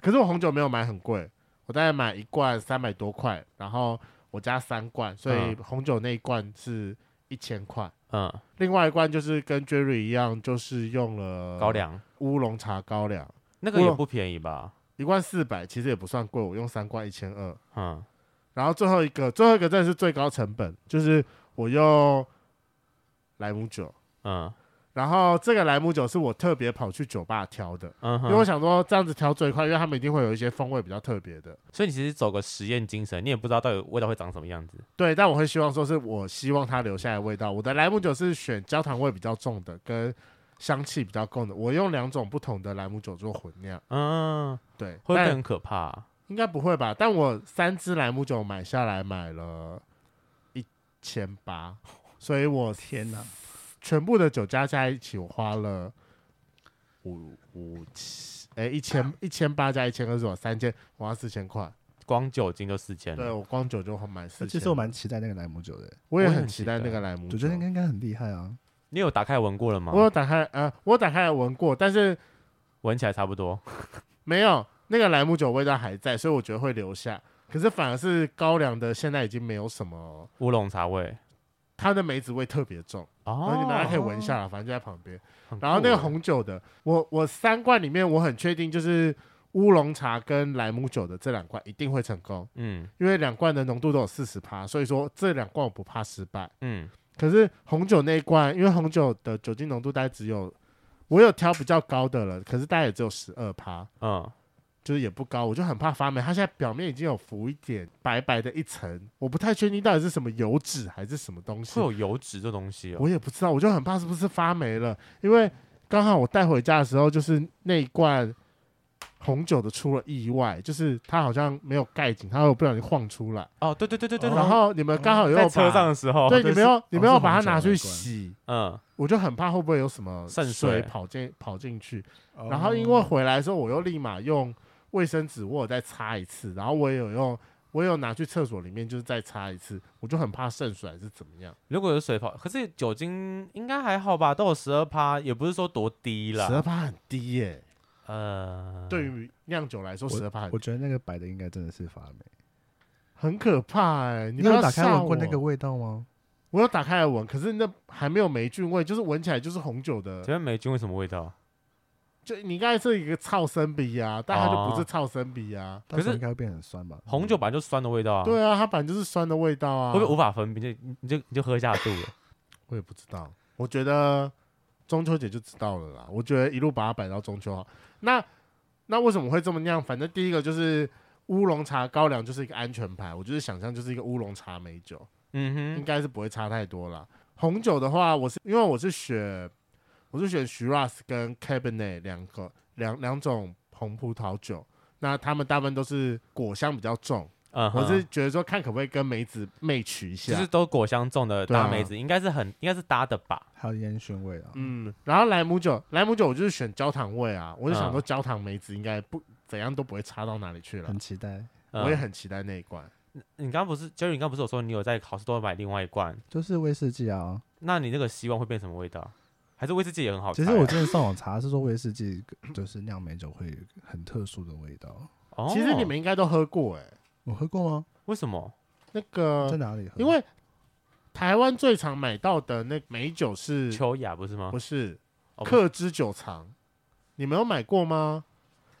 B: 可是我红酒没有买很贵，我大概买一罐三百多块，然后我加三罐，所以
A: 嗯
B: 红酒那一罐是一千块。
A: 嗯，
B: 另外一罐就是跟 Jerry 一样，就是用了
A: 高粱
B: 乌龙茶高粱，
A: 那个也不便宜吧？
B: 一罐四百，其实也不算贵，我用三罐一千二。
A: 嗯，
B: 然后最后一个，最后一个真的是最高成本，就是我用莱姆酒。
A: 嗯
B: 然后这个莱姆酒是我特别跑去酒吧挑的，
A: 嗯
B: 因为我
A: 哼，
B: 想说这样子调最快，因为他们一定会有一些风味比较特别的。
A: 所以你其实走个实验精神，你也不知道到底味道会长什么样子。
B: 对，但我会希望说是我希望它留下来的味道。我的莱姆酒是选焦糖味比较重的，跟香气比较够的。我用两种不同的莱姆酒做混酿，
A: 嗯，
B: 对，
A: 会不会
B: 但
A: 很可怕啊？
B: 应该不会吧？但我三支莱姆酒买下来买了一千八，所以我
C: 天哪！
B: 全部的酒加在一起，我花了五五七，哎、一千一千八加一千二是我三千，我花四千块。
A: 光酒精就四千
B: 对
A: 了。
B: 我光酒就花买四千。
C: 啊其实我蛮期待那个莱姆酒的，欸
B: 我也
A: 我也
B: 很
A: 很
B: 期
A: 期
B: 待
A: 待
B: 那个莱姆
C: 我
B: 酒
C: 觉。得应该应该很厉害啊。
A: 你有打开闻过了吗？
B: 我有打开呃，我有打开来闻过，但是
A: 闻起来差不多。
B: 没有那个莱姆酒味道还在，所以我觉得会留下。可是反而是高粱的，现在已经没有什么，
A: 乌龙茶味。
B: 它的梅子味特别重。然后
A: 哦
B: 你，大家可以闻一下啦，反正就在旁边。
A: 很
B: 然后那个
A: 酷欸
B: 红酒的，我我三罐里面我很确定就是乌龙茶跟莱姆酒的这两罐一定会成功，
A: 嗯
B: 因为两罐的浓度都有四十趴，所以说这两罐我不怕失败。
A: 嗯，
B: 可是红酒那一罐，因为红酒的酒精浓度大概只有，我有挑比较高的了，可是大概也只有十二趴，
A: 嗯，
B: 就是也不高，我就很怕发霉。它现在表面已经有浮一点白白的一层，我不太确定到底是什么油脂还是什么东西
A: 会，有油脂这东西哦。
B: 我也不知道，我就很怕是不是发霉了，因为刚好我带回家的时候，就是那一罐红酒的出了意外，就是它好像没有盖紧，它会不小心晃出来，
A: 哦，对对对对对，
C: 哦
B: 然后你们刚好又
A: 在
B: 把
A: 车上，的哦时候，
B: 对，
C: 对
B: 你们又
C: 是
B: 你们又
C: 红酒
B: 把它拿
C: 那一
B: 去
C: 罐
B: 洗，
A: 嗯，
B: 我就很怕会不会有什么
A: 渗
B: 水
A: 水
B: 跑进跑进去，
C: 哦
B: 然后因为回来的时候，我又立马用卫生纸我有再擦一次，然后我也有用我有拿去厕所里面就是再擦一次，我就很怕渗水还是怎么样。
A: 如果有水泡，可是酒精应该还好吧，都有十二趴，也不是说多低
B: 十二
A: 啦。
B: 趴很低耶、
A: 呃，
B: 对于酿酒来说，十二趴很
C: 嗯我觉得那个白的应该真的是发霉。
B: 很可怕哎、你
C: 你
B: 不要
C: 有打开
B: 吓
C: 闻过那
B: 我
C: 个味道吗？
B: 我有打开来闻，可是那还没有霉菌味，就是闻起来就是红酒的
A: 请。问霉菌为什么味
B: 啊
A: 道？
B: 就你刚才是一个草生比啊，但它
C: 哦
B: 就不是草生比啊。
A: 可是
C: 到时候应该会变很酸吧？
A: 红酒本来就酸的味
C: 哦
A: 道啊，
B: 对啊，它本来就是酸的味道啊。
A: 会不会无法分辨？你就你就你就喝下肚 了。
B: 我也不知道，我觉得中秋节就知道了啦。我觉得一路把它摆到中秋好。那那为什么会这么酿？反正第一个就是乌龙茶高粱就是一个安全牌，我就是想象就是一个乌龙茶美酒。应
A: 嗯哼，
B: 该是不会差太多啦。红酒的话，我是因为我是选我是选 Shiraz 跟 Cabernet 两个两两种红葡萄酒，那他们大部分都是果香比较重。
A: 嗯哼，
B: 我是觉得说看可不可以跟梅子 match 一
A: 就
B: 下，
A: 是都果香重的
B: 对啊
A: 大梅子，应该是很应该是搭的吧？
C: 还有烟熏味啊。
B: 嗯，然后莱姆酒莱姆酒我就是选焦糖味啊，我就想说
A: 嗯
B: 焦糖梅子应该不怎样都不会差到哪里去了
C: 很。期待，
A: 嗯
B: 我也很期待那一罐，
A: 你刚刚不是 Jerry，你刚刚不是有说你有在好事多买另外一罐？
C: 就是威士忌啊。
A: 那你那个希望会变什么味道？还是威士忌也很好猜
C: 其
A: 啊？
C: 实我之前上网查是说威士忌就是酿美酒会有很特殊的味道。啊
A: 哦
B: 其实你们应该都喝过哎、
C: 我喝过吗？
A: 为什么？
B: 那
C: 在
B: 个
C: 哪里喝？
B: 呃因为台湾最常买到的那美酒是
A: 秋雅不是吗
B: 不？是
A: 哦不是
B: 克之酒藏，你们有买过吗？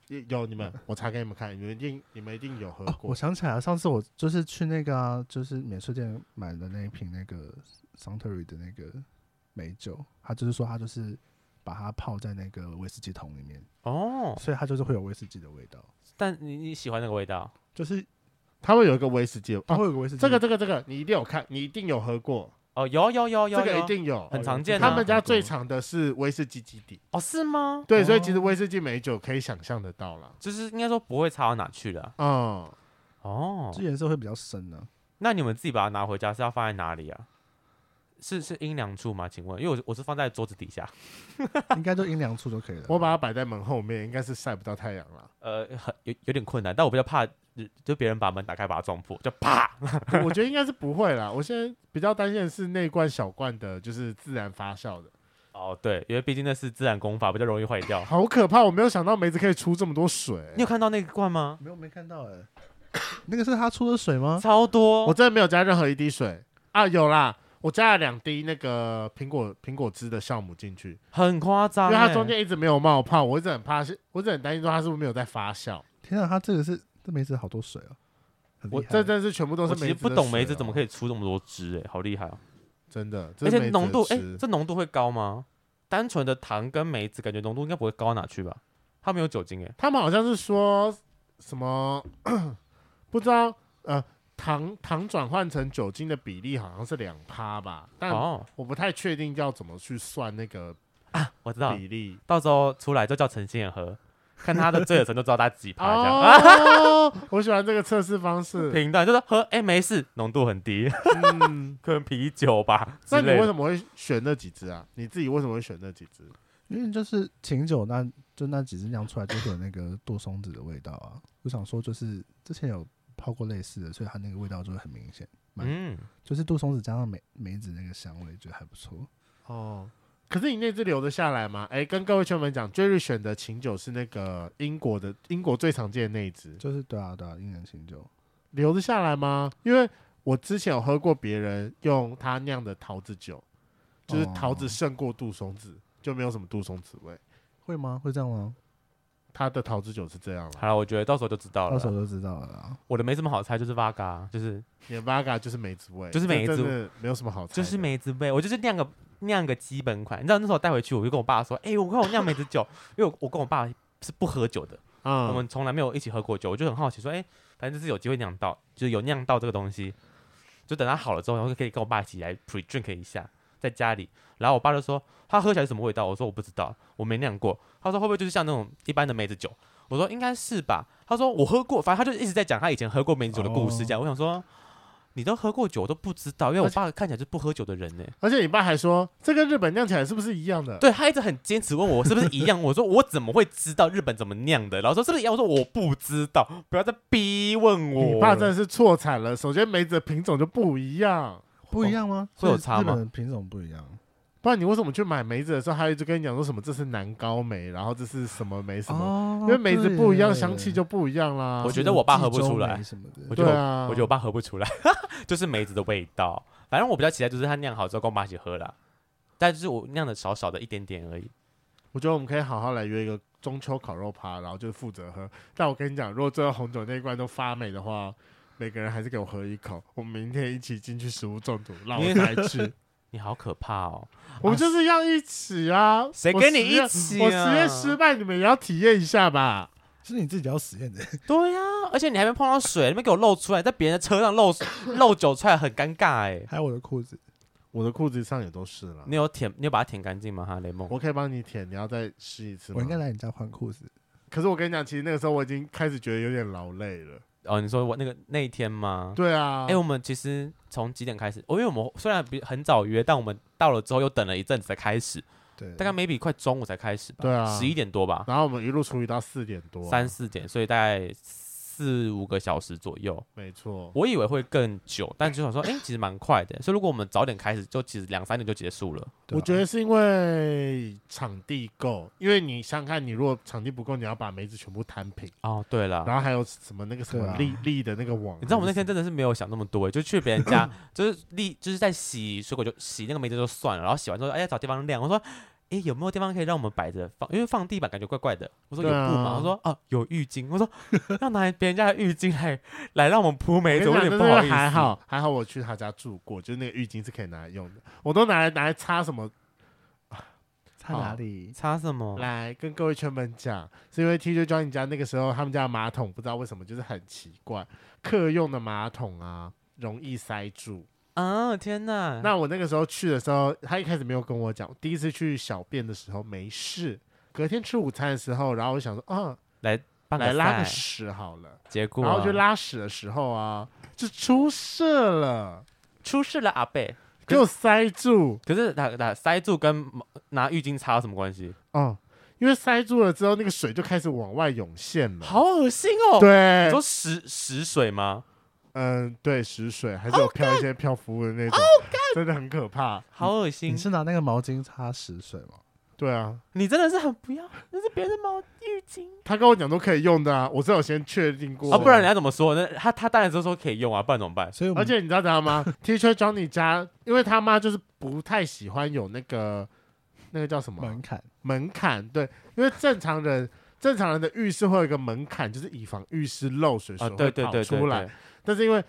B: 有有你们，我查给你们看，你们一定你们一定有喝
C: 哦，
B: 过
C: 我。想起来了，上次我就是去那个啊，就是免税店买的那一瓶那个 Suntory 的那个美酒，他就是说他就是把它泡在那个威士忌桶里面，
A: 哦，
C: 所以它就是会有威士忌的味道，
A: 但你你喜欢那个味道？
C: 就是
B: 它会有一个威士忌，
C: 它
B: 哦
C: 会有个威士忌。
B: 这个这个这个，你一定有看，你一定有喝过，
A: 哦，有有有有，
B: 这个
A: 有
B: 一定有。
C: 哦
A: 很常见啊。
B: 他们家最常的是威士忌基底，
A: 哦是吗？
B: 对，
C: 哦
B: 所以其实威士忌美酒可以想象得到啦。
A: 就是应该说不会差到哪去了。
B: 嗯，
A: 哦
C: 这，颜色会比较深呢、
A: 那你们自己把它拿回家是要放在哪里啊？是是阴凉处吗？请问，因为我我是放在桌子底下，
C: 应该就阴凉处就可以了。
A: 啊
B: 我把它摆在门后面，应该是晒不到太阳啦。
A: 呃，很有有点困难，但我比较怕，呃就别人把门打开把它撞破，就啪。
B: 我我觉得应该是不会啦。我现在比较担心的是那罐小罐的，就是自然发酵的，
A: 哦，对，因为毕竟那是自然工法，比较容易坏掉。
B: 好可怕！我没有想到梅子可以出这么多水。
A: 你有看到那个罐吗？
C: 没有没看到哎、那个是他出的水吗？
A: 超多，
B: 我真的没有加任何一滴水啊，有啦，我加了两滴那个苹果苹果汁的酵母进去，
A: 很夸张、
B: 因
A: 欸，
B: 为它中间一直没有冒泡，我一直很怕是，我一直很担心说它是不是没有在发酵。
C: 天啊，他这个是这梅子好多水哦、很厉
B: 我
C: 害
B: 这真是全部都
A: 我
B: 是
A: 其
B: 梅子啊
A: 实不懂梅子怎么可
B: 以，
A: 以出这么多汁、欸，哎，好厉害哦、
B: 真的，
A: 而且浓度，
B: 哎
A: 哎、、这浓度会高吗？单纯的糖跟梅子，感觉浓度应该不会高哪去吧？它没有酒精、欸，哎，
B: 他们好像是说什么 不知道呃。糖糖转换成酒精的比例好像是两趴吧，但
A: 哦，
B: 我不太确定要怎么去算那个
A: 我知道，
B: 比例。
A: 到时候出来就叫陈星也喝，看他的醉的程度，知道他几趴这样。
B: 哦，我喜欢这个测试方式。
A: 平淡就是喝，哎、没事，浓度很低，
B: 嗯，
A: 可能啤酒吧之
B: 那你
A: 类
B: 为
A: 的。
B: 什么会选那几只啊？你自己为什么会选那几只？
C: 因为就是琴酒那，就那几支酿出来就会有那个剁松子的味道啊。 我想说，就是之前有泡过类似的，所以它那个味道就会很明显。
A: 嗯，
C: 就是剁松子加上梅梅子那个香味，觉得还不错。
B: 哦，可是你那只留得下来吗？哎、跟各位圈粉讲，Jerry 选的琴酒是那个英国的，英国最常见的那一只，
C: 就是对啊对啊，英人琴酒，
B: 留得下来吗？因为我之前有喝过别人用他酿的桃子酒，就是桃子
C: 哦
B: 胜过杜松子，就没有什么杜松子味。
C: 会吗？会这样吗？
B: 他的桃子酒是这样了，
A: 好了，我觉得到时候就知道
C: 到
A: 了
C: 时候
A: 啦。
C: 就知道了啦。
A: 我的没什么好猜，就是 Vaga，就是
B: 年巴嘎就是梅子味，
A: 就是梅
B: 这
A: 子
B: 真的没有什么好猜的，
A: 就是梅子味，我就是酿个酿个基本款。你知道那时候带回去，我就跟我爸说：“哎、我跟我酿梅子酒，因为我我跟我爸是不喝酒的，
B: 嗯，
A: 我们从来没有一起喝过酒。”我就很好奇说：“哎、反正就是有机会酿到，就是有酿到这个东西，就等它好了之后，然后就可以跟我爸一起来 pre drink 一下，在家里。”然后我爸就说：“他喝起来是什么味道？”我说：“我不知道，我没酿过。”他说：“会不会就是像那种一般的梅子酒？”我说：“应该是吧。”他说：“我喝过。”反正他就一直在讲他以前喝过梅子酒的故事，这样。我想说。你都喝过酒我都不知道，因为我爸看起来就是不喝酒的人呢、
B: 而且你爸还说这跟日本酿起来是不是一样的？
A: 对他一直很坚持问我是不是一样，我说我怎么会知道日本怎么酿的？然后说是不是一样？我说我不知道，不要再逼问我了。
B: 你爸真的是错惨了，首先梅子的品种就不一样，
C: 不一样吗？
A: 会有差吗
C: 日本的品种不一样。
B: 不然你为什么去买梅子的时候，还有一直跟你讲说什么这是南高梅，然后这是什么梅什么？
C: 哦
B: 因为梅子不一样，
C: 对
B: 香气就不一样啦。
A: 我觉得我爸喝不出来
C: 济州梅什么的
A: 我觉
B: 对
A: 得
B: 啊，
A: 我觉得我爸喝不出来， 就是梅子的味道。反正我比较期待就是他酿好之后跟我妈一起喝啦，但就是我酿的少少的一点点而已。
B: 我觉得我们可以好好来约一个中秋烤肉趴，然后就负责喝。但我跟你讲，如果最后红酒那一罐都发霉的话，每个人还是给我喝一口。我们明天一起进去食物中毒，让我来 吃。
A: 你好可怕 哦！
B: 我们就是要一起啊！
A: 谁
B: 我
A: 跟你
B: 实验
A: 一起、啊？
B: 我实验失败，你们也要体验一下吧。
C: 是你自己要实 验的。
A: 对呀、而且你还没碰到水，你没给我漏出来，在别人的车上漏漏酒出来很尴尬哎、
C: 还有我的裤子，
B: 我的裤子上也都是了，
A: 你有舔，你有把它舔干净吗？哈，雷梦，
B: 我可以帮你舔，你要再试一次吗？
C: 我应该来你家换裤子。
B: 可是我跟你讲，其实那个时候我已经开始觉得有点劳累了。
A: 哦，你说我那个那一天吗？
B: 对啊，
A: 哎、我们其实从几点开始？哦，因为我们虽然比很早约，但我们到了之后又等了一阵子才开始，
C: 对，
A: 大概 maybe 快中午才开始吧，
B: 对啊
A: 十一点多吧，
B: 然后我们一路处理到四点多啊，
A: 三四点，所以大概四五个小时左右。
B: 没错。
A: 我以为会更久，但就想说，哎、其实蛮快的。所以如果我们早点开始，就其实两三点就结束了。
C: 对啊
B: 我觉得是因为场地够，因为你想想看，你如果场地不够，你要把梅子全部摊平，
A: 哦，对了，
B: 然后还有什么那个什
C: 啊对
B: 么
C: 啊
B: 立立的那个网啊，
A: 你知道我们那
B: 还
A: 天
B: 是什么
A: 真的是没有想那么多，就去别人 家，就是立，就是在洗水果就洗那个梅子就算了，然后洗完之后，哎，找地方晾。我说，哎，有没有地方可以让我们摆着放？因为放地板感觉怪怪的。我说有
B: 对啊
A: 布吗？他说啊，有浴巾。我说 要拿别人家的浴巾来来让我们铺梅
B: 我
A: 子，我有
B: 跟你
A: 点
B: 讲
A: 不
B: 真的
A: 好意思。
B: 还，好还好，我去他家住过，就是那个浴巾是可以拿来用的，我都拿来拿来擦什么。
C: 差哪里？
A: 擦什么？
B: 来跟各位圈粉讲，是因为 T J 教你家那个时候他们家的马桶不知道为什么就是很奇怪，客用的马桶啊容易塞住，
A: 啊，天哪！
B: 那我那个时候去的时候，他一开始没有跟我讲，第一次去小便的时候没事，隔天吃午餐的时候，然后我想说，啊，
A: 办
B: 来拉
A: 赛
B: 个屎好了，
A: 结果
B: 然后就
A: 啊
B: 拉屎的时候啊，就出事了，
A: 出事了，阿贝。
B: 给我塞住
A: 可是打打塞住跟毛拿浴巾擦有什么关系？
B: 哦，因为塞住了之后，那个水就开始往外涌现了。
A: 好恶心哦！，你
B: 对
A: 说，屎屎水吗？
B: 嗯，对，食水还是有飘一些漂浮物的那种真的很可怕。
A: 好恶心
C: 你！是拿那个毛巾擦屎水吗？
B: 对啊，
A: 你真的是很不要，那是别人的毛浴巾
B: 他跟我讲都可以用的啊，我是有先确定过
A: 啊，不然人家怎么说？那他他当然是说可以用啊，不然怎么办？
C: 所以我
B: 而
C: 们
B: 且你知道怎 样吗？Teacher Johnny 家，因为他妈就是不太喜欢有那个那个叫什么
C: 门槛
B: 门槛，对，因为正常人正常人的浴室会有一个门槛，就是以防浴室漏水
A: 啊，
B: 水
A: 对
B: 会
A: 对
B: 跑
A: 对对
B: 出来。
A: 对，
B: 但是因为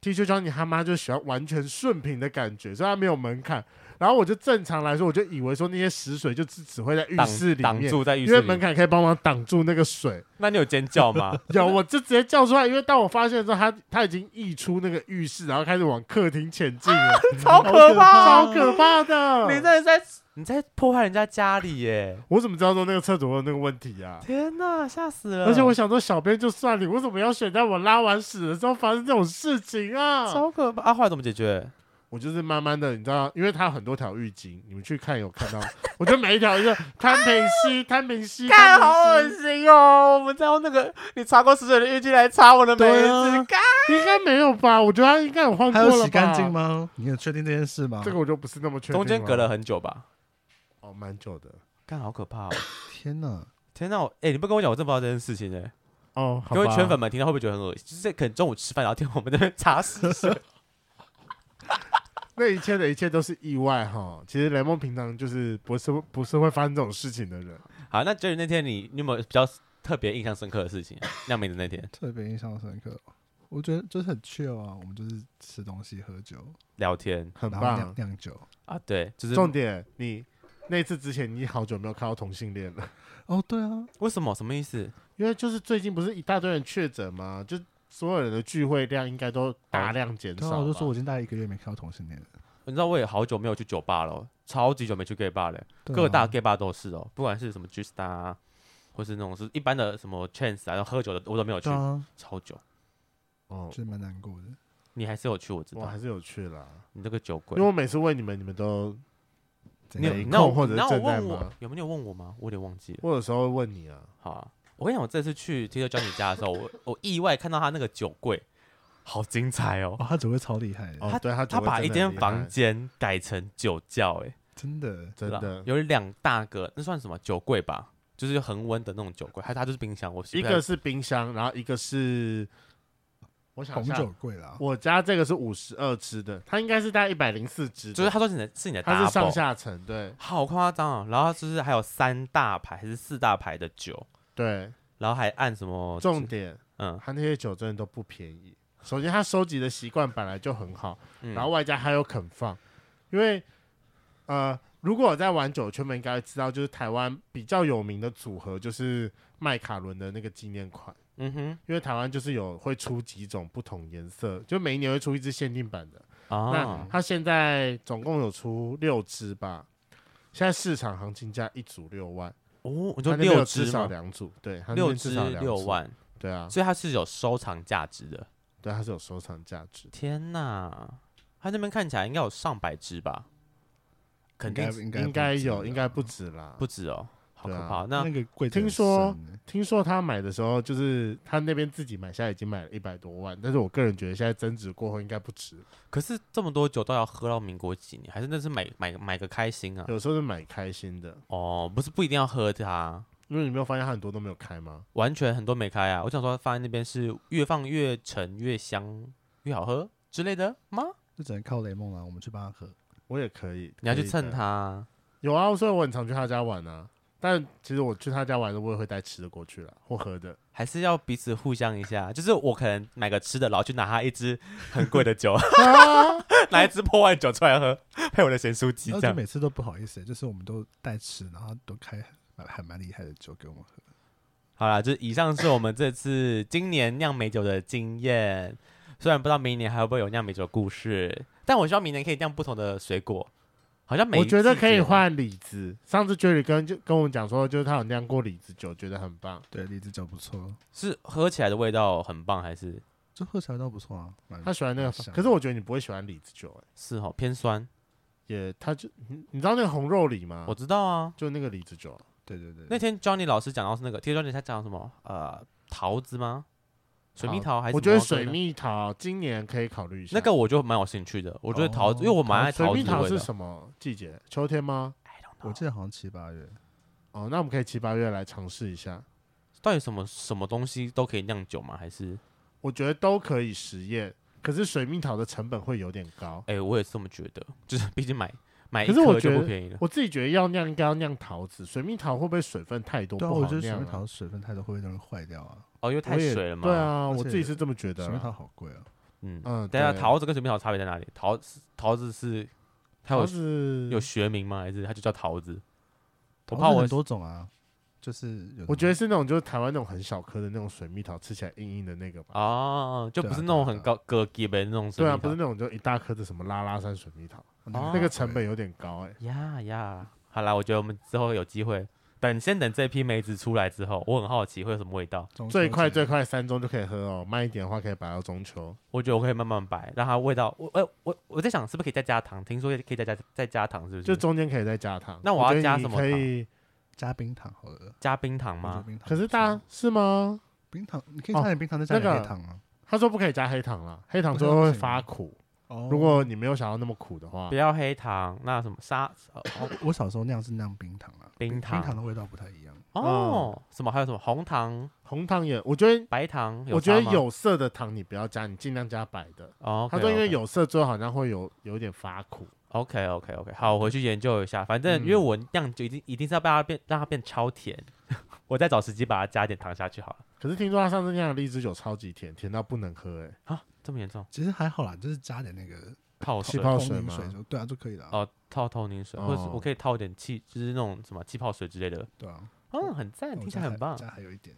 B: Teacher Johnny 他妈就喜欢完全顺平的感觉，所以他没有门槛。然后我就正常来说，我就以为说那些食水就只只会在浴
A: 挡
B: 室里
A: 挡
B: 面。
A: 住在浴
B: 因为
A: 室
B: 门
A: 里。
B: 槛可以帮忙挡住那个水，
A: 那你有尖叫 吗？
B: 有我就直接叫出来，因为当我发现的时候，他他已经溢出那个浴室，然后开始往客厅前进了。
A: 超啊可怕！哦
B: 超可怕的！
A: 你这是在你在破坏人家家里耶！
B: 我怎么知道说那个厕所有那个问题啊？
A: 天哪，吓死了！
B: 而且我想说，小便就算了，你为什么要选在我拉完屎的时候发生这种事情啊？
A: 超可怕！啊，后来怎么解决？
B: 我就是慢慢的，你知道，因为它有很多条浴巾，你们去看有看到，我就每一条 就摊平吸，摊平吸，摊
A: 干，
B: 平
A: 好恶
B: 吸。
A: 心哦！我们在用那个你擦过湿水的浴巾来擦我的梅
B: 对啊
A: 子，干
B: 应该没有吧？我觉得它应该有换
C: 还
B: 过
C: 有
B: 了吧？
C: 洗干净？吗？你有确定这件事吗？
B: 这个我就不是那么确定。
A: 中间隔了很久吧？
B: 哦，蛮久的。
A: 干，好可怕哦！
C: 天哪！
A: 天哪，我哎，你不跟我讲，我真不知道这件事情哎。
B: 哦，好
A: 各位
B: 吧。
A: 圈粉们听到会不会觉得很恶心？就是可能中午吃饭，然后听我们在那边擦屎水，
B: 那一切的一切都是意外哈。其实雷梦平常就是不是不是会发生这种事情的人。
A: 好，那就是那天你你有没有比较特别印象深刻的事情、啊？亮明的那天
C: 特别印象深刻。我觉得就是很 chill 啊，我们就是吃东西、喝酒，
A: 聊天
B: 很
C: 然后酿
B: 棒。
C: 酿酒。
A: 啊，对，就是
B: 重点，你那次之前，你好久没有看到同性恋了，
C: 哦，对啊，
A: 为什么什么意思？
B: 因为就是最近不是一大堆人确诊吗？就所有人的聚会量应该都大量减
C: 对啊，
B: 少。
C: 我就说我已经大概一个月没看到同性恋了，
A: 你知道我也好久没有去酒吧了哦，超级久没去 gay bar 了，
C: 对啊
A: 各大 gay bar 都是哦，不管是什么 G Star 啊，或是那种是一般的什么 Chance 啊，然后喝酒的我都没有去
C: 对，啊，
A: 超久。
B: 哦
C: 就，是蛮难过的。
A: 你还是有去，我知
B: 我
A: 道
B: 还是有去啦，
A: 你这个酒
B: 因
A: 鬼
B: 为。我每次问你们，你们都
C: 怎
A: 你有
C: 样
B: 没
A: 那
B: 空或者
A: 你有
B: 正在
A: 问我
B: 忙
A: 有没有问我吗？我有点忘记了。
B: 我有时候会问你啊，
A: 好啊，我跟你讲，我这次去 Tito Johnny 家的时候，我 我意外看到他那个酒柜，好精彩 哦！
C: 哦，他只会超厉害的，
B: 哦，对他
A: 他
B: 他
A: 把一间房间改成酒窖、哎，
C: 真的
B: 真
A: 知道
B: 的
A: 有两大个，那算什么酒柜吧？就是恒温的那种酒柜，还是它就是冰箱？我
B: 一
A: 随便
B: 个是冰箱，然后一个是我想
C: 红
B: 一下
C: 酒柜啦。
B: 我家这个是五十二支的，它应该是大概一百零四支的，
A: 就是他说是你的是你的
B: 它是上
A: double，
B: 下层，对
A: 好夸张啊！然后就是还有三大牌还是四大牌的酒，
B: 对。
A: 然后还按什么
B: 重点，
A: 嗯
B: 它那些酒真的都不便宜。首先，他收集的习惯本来就很好，
A: 嗯，
B: 然后外加他又肯放，因为呃，如果我在玩酒圈们应该知道，就是台湾比较有名的组合就是麦卡伦的那个纪念款，
A: 嗯哼
B: 因为台湾就是有会出几种不同颜色，就每一年会出一支限定版的。那
A: 啊，
B: 它现在总共有出六支吧，现在市场行情价一组六万，
A: 哦，我
B: 它
A: 就
B: 那边有
A: 六
B: 至
A: 支
B: 少
A: 嘛，
B: 两组，对，它那
A: 六
B: 边至
A: 支
B: 少两
A: 六
B: 组，
A: 万，
B: 对啊，
A: 所以它是有收藏价值的。
B: 对，啊它是有收藏价值的。
A: 天呐，他那边看起来应该有上百只吧？肯定
C: 应该
B: 应该有，应该不
C: 不
B: 止啦。
A: 不止哦，好可
B: 对
A: 怕。
B: 啊
C: 止啊
A: 那
C: 那个柜子
B: 听
C: 很
B: 说
C: 深欸
B: 听说他买的时候，就是他那边自己买下来已经买了一百多万，但是我个人觉得现在增值过后应该不止，
A: 可是这么多酒都要喝到民国几年？还是那是买买买个开心啊？
B: 有时候是买开心的，
A: 哦，不是不一定要喝它，
B: 因为你没有发现他很多都没有开吗？
A: 完全很多没开啊。我想说，放在那边是越放越沉越香越好喝之类的吗？
C: 就只能靠雷梦了，我们去帮他喝。
B: 我也可以，
A: 你要去
B: 可以
A: 蹭
B: 的
A: 它。啊。
B: 有啊，所以我很常去他家玩啊。但其实我去他家玩的，我也会带吃的过去了，或喝的。
A: 还是要彼此互相一下，就是我可能买个吃的，然后去拿他一支很贵的酒，拿一支破万酒出来喝， 配我的咸酥鸡
C: 然后
A: 这
C: 哦就
A: 样。
C: 每次都不好意思欸，就是我们都带吃，然后都开蛮还蛮厉害的酒给我们喝。
A: 好啦，就是以上是我们这次今年酿美酒的经验。虽然不知道明年还会不会有酿美酒的故事，但我希望明年可以酿不同的水果。好像每一
B: 我觉得
A: 季
B: 可以
A: 节
B: 换李子。上次 Jerry 跟就跟我讲说，就是他有酿过李子酒，觉得很棒。
C: 对，荔枝酒不错，
A: 是喝起来的味道很棒，还是
C: 这喝起来倒不错啊。蛮
B: 他喜欢那个
C: 蛮
B: 风，
C: 香
B: 可是我觉得你不会喜欢李子酒、欸，
A: 是哦偏酸？
B: 也他就你你知道那个红肉李吗？
A: 我知道啊，
B: 就那个李子酒啊，
C: 对对对，
A: 那天 Johnny 老师讲到是那个，听说你在讲什么？呃，桃子吗？水蜜
B: 桃
A: 桃还是哦
B: 我觉得
A: 什么
B: 水
A: 鬼的
B: 蜜桃今年可以考虑一下。
A: 那个我就蛮有兴趣的。我觉得桃子，
C: 哦
A: 因为我蛮爱
B: 水
A: 桃
B: 蜜
A: 子的
B: 桃
A: 味
B: 是
A: 道。
B: 什么季节？秋天吗？
C: 我记得好像七八月，
B: 哦，那我们可以七八月来尝试一下。
A: 到底什么什么东西都可以酿酒吗？还是？
B: 我觉得都可以实验，可是水蜜桃的成本会有点高。
A: 哎、我也是这么觉得，就是毕竟买买一
B: 可是
A: 颗
B: 我
A: 就
B: 觉
A: 不
B: 得
A: 便宜了。
B: 我自己觉得要酿应该要酿桃子，水蜜桃会不会水分太多
C: 对啊，
B: 不
C: 我
B: 好
C: 觉得水
B: 酿
C: 蜜
B: 啊？
C: 桃水分太多会让人坏掉啊。
A: 哦，因为太
B: 我也
A: 水了嘛。
B: 对，啊，
C: 而
B: 我
C: 且
B: 自己是这么觉得
C: 水蜜桃
B: 啦。
C: 好贵啊，
A: 嗯
B: 嗯
A: 等一下
B: 对
A: 桃子跟水蜜桃差别在哪里？桃子桃子是它有
B: 桃子
A: 有学名吗？还是它就叫桃子？我
C: 桃
A: 怕
C: 子
A: 我
C: 很多种啊，就是有的
B: 我觉得是那种就是台湾那种很小颗的那种水蜜桃，吃起来硬硬的那个吧。
A: 啊，就
C: 对
A: 不
C: 啊
A: 是那
C: 对啊
A: 种很
C: 对
A: 高格级的那种水
B: 对啊，
A: 蜜
B: 不是
A: 桃。
B: 那种就一大颗的什么拉拉山水蜜桃，
A: 哦
B: 那个成本有点高哎、
A: 呀呀，好啦，我觉得我们之后有机会，等先等这批梅子出来之后，我很好奇会有什么味道。
B: 最快最快三中就可以喝哦，慢一点的话可以摆到中秋。
A: 我觉得我可以慢慢摆，让它味道。我我我我在想是不是可以再加糖？听说可以再加再加糖，是不是？
B: 就中间可以再加糖。
A: 那我
B: 我
A: 要
B: 觉得
A: 加
B: 你
A: 什么
B: 可
A: 糖
B: 以，
C: 加冰糖好了，
A: 加冰糖
C: 我
A: 吗
C: 觉得？冰糖
B: 可是
C: 不错
B: 大家是吗？
C: 冰糖，你可以
B: 哦
C: 加点冰糖，再加
B: 那
C: 点
B: 个
C: 黑糖啊。
B: 他说不可以加黑糖啦，黑糖
C: 不
B: 最
C: 可以
B: 后会
C: 不行
B: 发苦。
C: 哦
B: 如果你没有想要那么苦的话
A: 不，要黑糖，那什么沙呃哦
C: 我小时候酿是酿冰糖啊，
A: 冰
C: 冰糖
A: 糖
C: 的味道不太一样。
A: 哦，什么还有什么红糖、
B: 红糖也，我觉得
A: 白糖？
B: 我觉得
A: 差吗
B: 有色的糖你不要加，你尽量加白的。
A: 哦，
B: 他说因为有色最后好像会有有点发苦。
A: OK OK OK，好，我回去研究一下。反正
B: 嗯
A: 因为我酿就一定一定是要把它变让它变超甜， 我再找时机把它加点糖下去好了。
B: 可是听说他上次酿的荔枝酒超级甜，甜到不能喝哎、
A: 啊，这么严重？
C: 其实还好啦，就是加点那个
A: 泡
B: 气
A: 水
B: 泡
C: 透
B: 水
C: 明
B: 吗
C: 水就对啊就可以了啊。
A: 哦，泡透明水，或者是
B: 哦
A: 我可以套一点气，就是那种什么气泡水之类的。
C: 对啊，
B: 哦
A: 嗯，很赞，
C: 那我
A: 听起
C: 家
A: 来
C: 还
A: 很棒。
C: 家还有一点，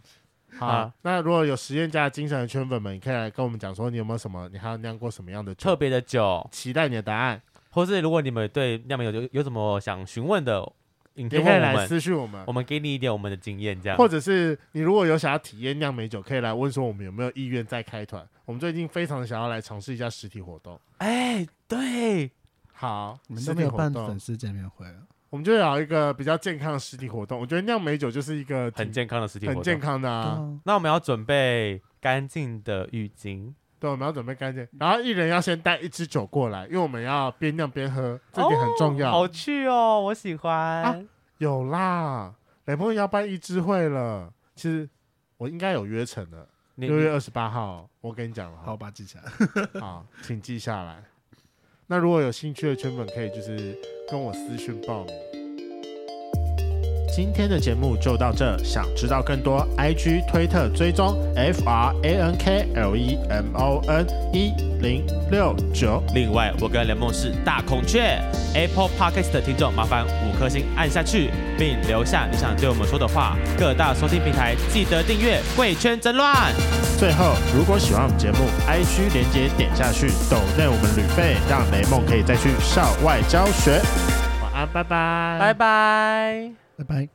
B: 好，
A: 啊
B: 那如果有实验家的精神的圈粉们，你可以来跟我们讲说你有没有什么，你还有酿过什么样的
A: 特
B: 酒？
A: 别的酒，
B: 期待你的答案。
A: 或是如果你们对酿美酒有有什么想询问的，你可以
B: 也可以
A: 问我
B: 来
A: 们，
B: 私讯我们
A: 我，们给你一点我们的经验，这样。
B: 或者是你如果有想要体验酿美酒，可以来问说我们有没有意愿再开团。我们最近非常想要来尝试一下实体活动。
A: 哎，对，
B: 好，
C: 你们
B: 实
C: 都没
B: 体
C: 有
B: 活
C: 办
B: 动
C: 粉，丝见面会啊？
B: 我们就聊一个比较健康的实体活动。我觉得酿美酒就是一个
A: 很
B: 挺
A: 健康的实体活
B: 很
A: 动。
B: 健康的
C: 对
B: 啊。
C: 啊，
A: 那我们要准备干净的浴巾。
B: 对，我们要准备干净，然后一人要先带一支酒过来，因为我们要边酿边喝，这点很重要。
A: 好趣哦，我喜欢。
B: 啊有啦，雷梦要办一支会了，其实我应该有约成的，
A: 你
B: 六月二十八号，我跟你讲了哈
C: 好，我把它记起来。
B: 好，请记下来。那如果有兴趣的圈粉，可以就是跟我私讯报名。今天的节目就到这，想知道更多，IG、推特追踪 F R A N K L E M O N 一零六九。
A: 另外，我跟雷梦是大孔雀 Apple Podcast 的听众，麻烦五颗星按下去，并留下你想对我们说的话。各大收听平台记得订阅《贵圈争乱》。
B: 最后，如果喜欢我们节目，IG 连接点下去，抖内我们旅费，让雷梦可以再去校外教学。晚安，拜拜，
A: 拜。拜。
C: 拜拜。